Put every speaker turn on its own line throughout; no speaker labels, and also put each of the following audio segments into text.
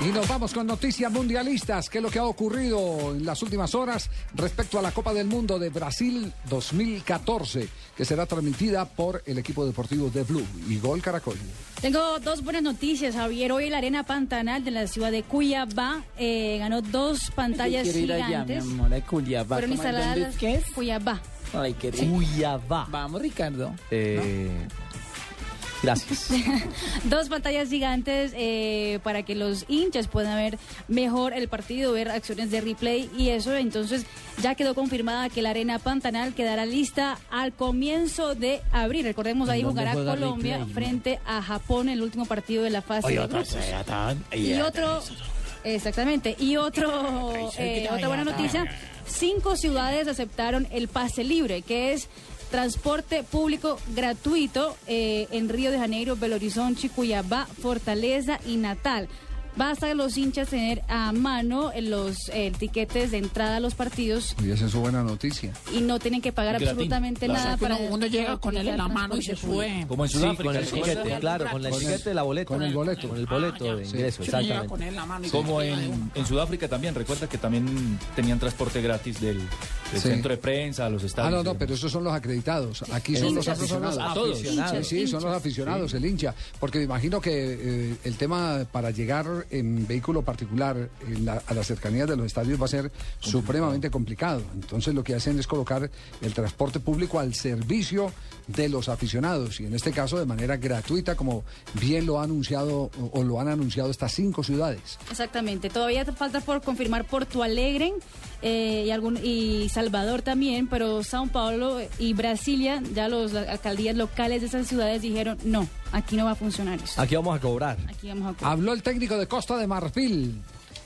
Y nos vamos con noticias mundialistas, que es lo que ha ocurrido en las últimas horas respecto a la Copa del Mundo de Brasil 2014, que será transmitida por el equipo deportivo de Blue y Gol Caracol.
Tengo dos buenas noticias, Javier. Hoy la Arena Pantanal de la ciudad de Cuiabá eh, ganó dos pantallas
quiero ir allá,
gigantes.
mi amor, a Culiabá.
Fueron
¿Cómo es?
instaladas
¿Dónde
las-
¿Qué es?
Cuiabá.
Ay, qué rico. Culiabá. Vamos, Ricardo.
Eh,
Gracias.
Dos pantallas gigantes eh, para que los hinchas puedan ver mejor el partido, ver acciones de replay y eso. Entonces ya quedó confirmada que la Arena Pantanal quedará lista al comienzo de abril. Recordemos ahí
¿En dónde
jugará
juega
Colombia
replay?
frente a Japón el último partido de la fase de grupos. Y otro, exactamente, y otro, eh, otra buena noticia, cinco ciudades aceptaron el pase libre, que es transporte público gratuito eh, en Río de Janeiro, Belo Horizonte, Cuiabá, Fortaleza y Natal. Basta a los hinchas tener a mano los eh, tiquetes de entrada a los partidos
Y esa es su buena noticia.
y no tienen que pagar
Gratín.
absolutamente nada para...
uno llega con él en la mano y se sube.
como en
Sí,
Sudáfrica.
con el
¿se acuerdan?
tiquete, claro, con el
Con el-
tiquete de la boleta.
con el boleto.
Con el boleto de ingreso,
Uno llega
exactamente.
con él en la mano y se
Como
sube de
en,
una.
en Sudáfrica también, recuerda que también tenían transporte gratis del, del
Sí.
centro de prensa a los
Ah,
estadios.
no,
y
no,
demás.
pero esos son los acreditados. Aquí son los
Hinchas, esos son
aficionados.
a todos.
Sí,
Hinchas,
sí, son los
hinchas.
aficionados, el hincha. Porque me imagino que eh, el tema para llegar en vehículo particular en la- a las cercanías de los estadios va a ser supremamente complicado. Entonces lo que hacen es colocar el transporte público al servicio de los aficionados y en este caso de manera gratuita, como bien lo ha anunciado o- o lo han anunciado estas cinco ciudades.
Exactamente, todavía te falta por confirmar Porto Alegre eh, y, algún, y Salvador también, pero Sao Paulo y Brasilia, ya los, las alcaldías locales de esas ciudades dijeron, no, aquí no va a funcionar esto.
Aquí vamos a cobrar.
Aquí vamos a...
Habló el técnico de Costa de Marfil.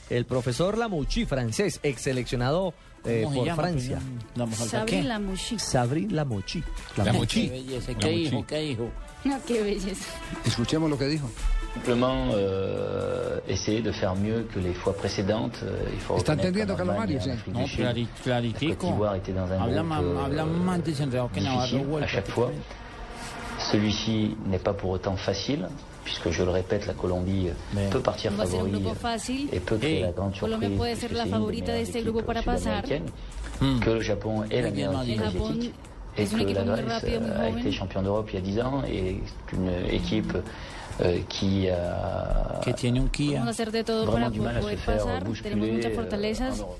El profesor Lamouchi, francés, ex seleccionado eh,
¿Cómo se
por
llama?
Francia.
No, mejor,
Sabrina la mochila.
Sabri Lamouchi.
Qué
Mochi.
belleza, qué hijo, qué hijo.
No, qué belleza.
Escuchemos lo que dijo.
Simplement euh, essayer de faire mieux que les fois précédentes. Euh, Il faut
Está
reconnaître
entendiendo,
qu'en Allemagne,
Calamario, sí.
en Afrique
No,
du Sud,
clari-
la Côte
claritico.
d'Ivoire était dans un
Habla,
groupe
ma-
euh,
habla más desenredado que Navarro.
difficile à
güey,
chaque
prácticamente.
fois. Celui-ci n'est pas pour autant facile, puisque je le répète, la Colombie euh,
Mais-
peut partir
Va a ser un
favori
grupo
euh,
fácil.
et peut créer
Hey.
la grande
Colombia
surprise.
puede
puisque
ser
c'est
la
une des
favorita de
meilleures
este
équipes
grupo para pasar.
sud-américaines, Que le Japon est la
Bien,
meilleure
Marie.
équipe
El Japón
asiatique et
es un
que
equipo
la
muy
Grèce
rápido, muy
euh, a été
joven.
champion d'Europe il y a 10 ans et est une équipe euh, qui a
Que tiene un Kia.
Vamos a hacer de todo
vraiment
para
du mal à se
poder
faire
pasar. Tenemos
bousculer
muchas
euh, en
fortalezas.
Europe.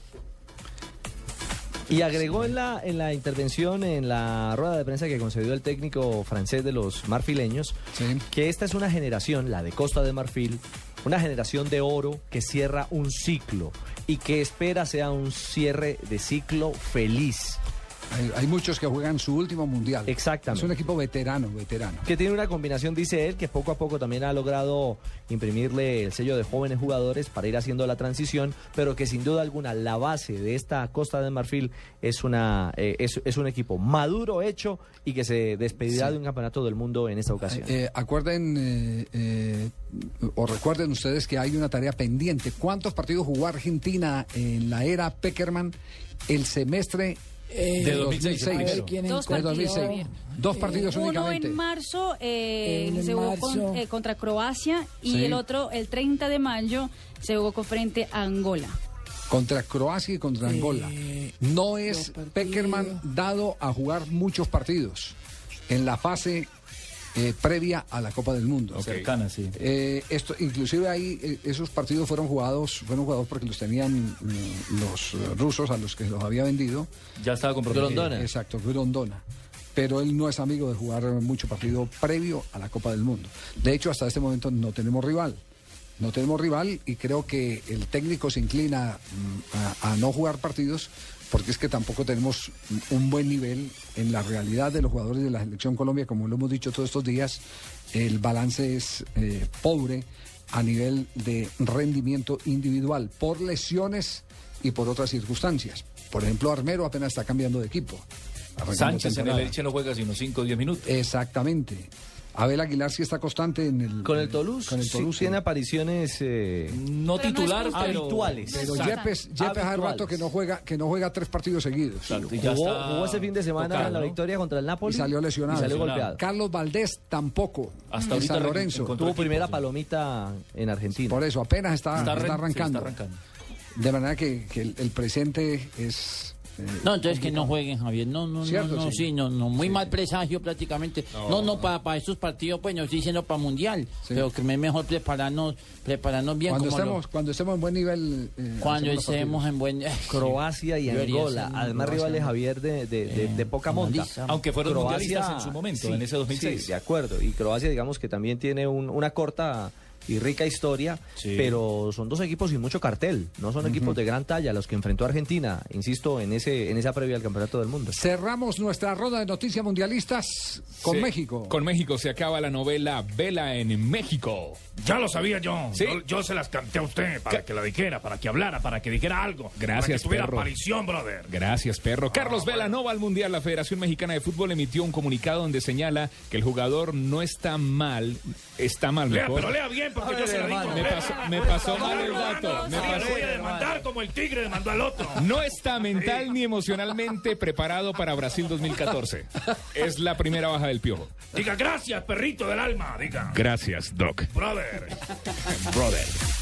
Y agregó en la, en la intervención, en la rueda de prensa que concedió el técnico francés de los marfileños,
Sí.
que esta es una generación, la de Costa de Marfil, una generación de oro que cierra un ciclo y que espera sea un cierre de ciclo feliz.
Hay, hay muchos que juegan su último mundial.
Exactamente.
Es un equipo veterano, veterano.
que tiene una combinación, dice él, que poco a poco también ha logrado imprimirle el sello de jóvenes jugadores para ir haciendo la transición, pero que sin duda alguna la base de esta Costa de Marfil es, una, eh, es, es un equipo maduro, hecho y que se despedirá de un campeonato del mundo en esta ocasión.
Eh, acuerden eh, eh, o recuerden ustedes que hay una tarea pendiente. ¿Cuántos partidos jugó Argentina en la era Peckerman el semestre
Eh,
De
de
2006,
2006?
el primero.
Dos
De
partidos,
2006.
Javier.
Dos partidos
Uno
únicamente.
en marzo, eh,
Uno en
se jugó
marzo.
con- eh, contra Croacia y
Sí.
el otro, el 30 de mayo, se jugó con frente a Angola.
Contra Croacia y contra Angola. No es
partidos.
Peckerman dado a jugar muchos partidos en la fase eh, previa a la Copa del Mundo.
Ok. Cercana, sí.
Eh, esto, inclusive ahí eh, esos partidos fueron jugados, fueron jugados porque los tenían mm, los eh, rusos a los que los había vendido.
Ya estaba comprometido.
Grondona.
Exacto, Grondona. Pero él no es amigo de jugar mucho partido previo a la Copa del Mundo. De hecho, hasta este momento no tenemos rival. No tenemos rival y creo que el técnico se inclina mm, a, a no jugar partidos porque es que tampoco tenemos un buen nivel en la realidad de los jugadores de la selección Colombia, como lo hemos dicho todos estos días, el balance es eh, pobre a nivel de rendimiento individual por lesiones y por otras circunstancias. Por ejemplo, Armero apenas está cambiando de equipo. Arrancando
Sánchez en el
temporada. Eh,
Elche no juega sino 5 o 10 minutos.
Exactamente. Abel Aguilar sí está constante en el...
Con el Toulouse,
Con el
sí
Toulouse.
tiene apariciones eh,
No
Pero no
titular,
es justo.
pero-
Habituales.
Pero
Exacto.
Yepes, Yepes hace
Habituales.
rato que no juega, que no juega tres partidos seguidos.
Exacto, y ya
Jugó,
está
jugó ese fin de semana
tocado,
en la
¿no?
victoria contra el Napoli.
Y salió lesionado.
y salió
Lesionado.
golpeado.
Carlos Valdés tampoco.
Hasta
Y
ahorita
San
re-
Lorenzo.
encontró-
Tuvo
equipo,
primera
sí.
palomita en Argentina.
Por eso, apenas está,
Está
está
arran- sí, está
arrancando.
arrancando.
De manera que, que el, el presente es... eh,
No, entonces que no jueguen, Javier. No, no,
Cierto,
no, no,
sí.
sí. no, no, muy mal presagio prácticamente. No, no, para, para estos partidos, pues nos dicen no para mundial.
Sí.
Pero que es mejor prepararnos, prepararnos bien.
cuando,
como lo-
estemos, cuando estemos en buen nivel... eh,
cuando
hacemos los
estemos
partidos.
en buen.
Croacia y
Debería
Angola,
ser,
además
Croacia,
rivales
¿no? Eh,
Javier de, de, de- de poca monta.
analiza.
Aunque fueron
Croacia-
mundialistas en su momento,
sí,
en ese 2006.
sí, de acuerdo. Y Croacia, digamos que también tiene un- una corta y rica historia,
Sí.
pero son dos equipos sin mucho cartel. No son equipos de gran talla los que enfrentó Argentina, insisto, en ese en esa previa al Campeonato del Mundo.
Cerramos nuestra ronda de noticias mundialistas con
Se-
México.
Con México se acaba la novela Vela en México.
Ya lo sabía yo.
Sí.
yo. yo se las canté a usted para que la dijera, para que hablara, para que dijera algo. para
Gracias,
que tuviera
perro.
aparición, brother. Ah,
Gracias, perro. Carlos Vela no va al Mundial. La Federación Mexicana de Fútbol emitió un comunicado donde señala que el jugador no está mal, está mal.
Lea,
mejor.
pero lea bien, porque yo se la digo.
Me
Lea.
pasó, me pasó mal el dato.
Sí,
Me
lo
pasó-
voy a demandar como el tigre demandó al otro.
No está mental ni emocionalmente preparado para Brasil 2014. Es la primera baja del piojo.
Diga gracias, perrito del alma. Diga.
Gracias, Doc.
Brother.
Brother.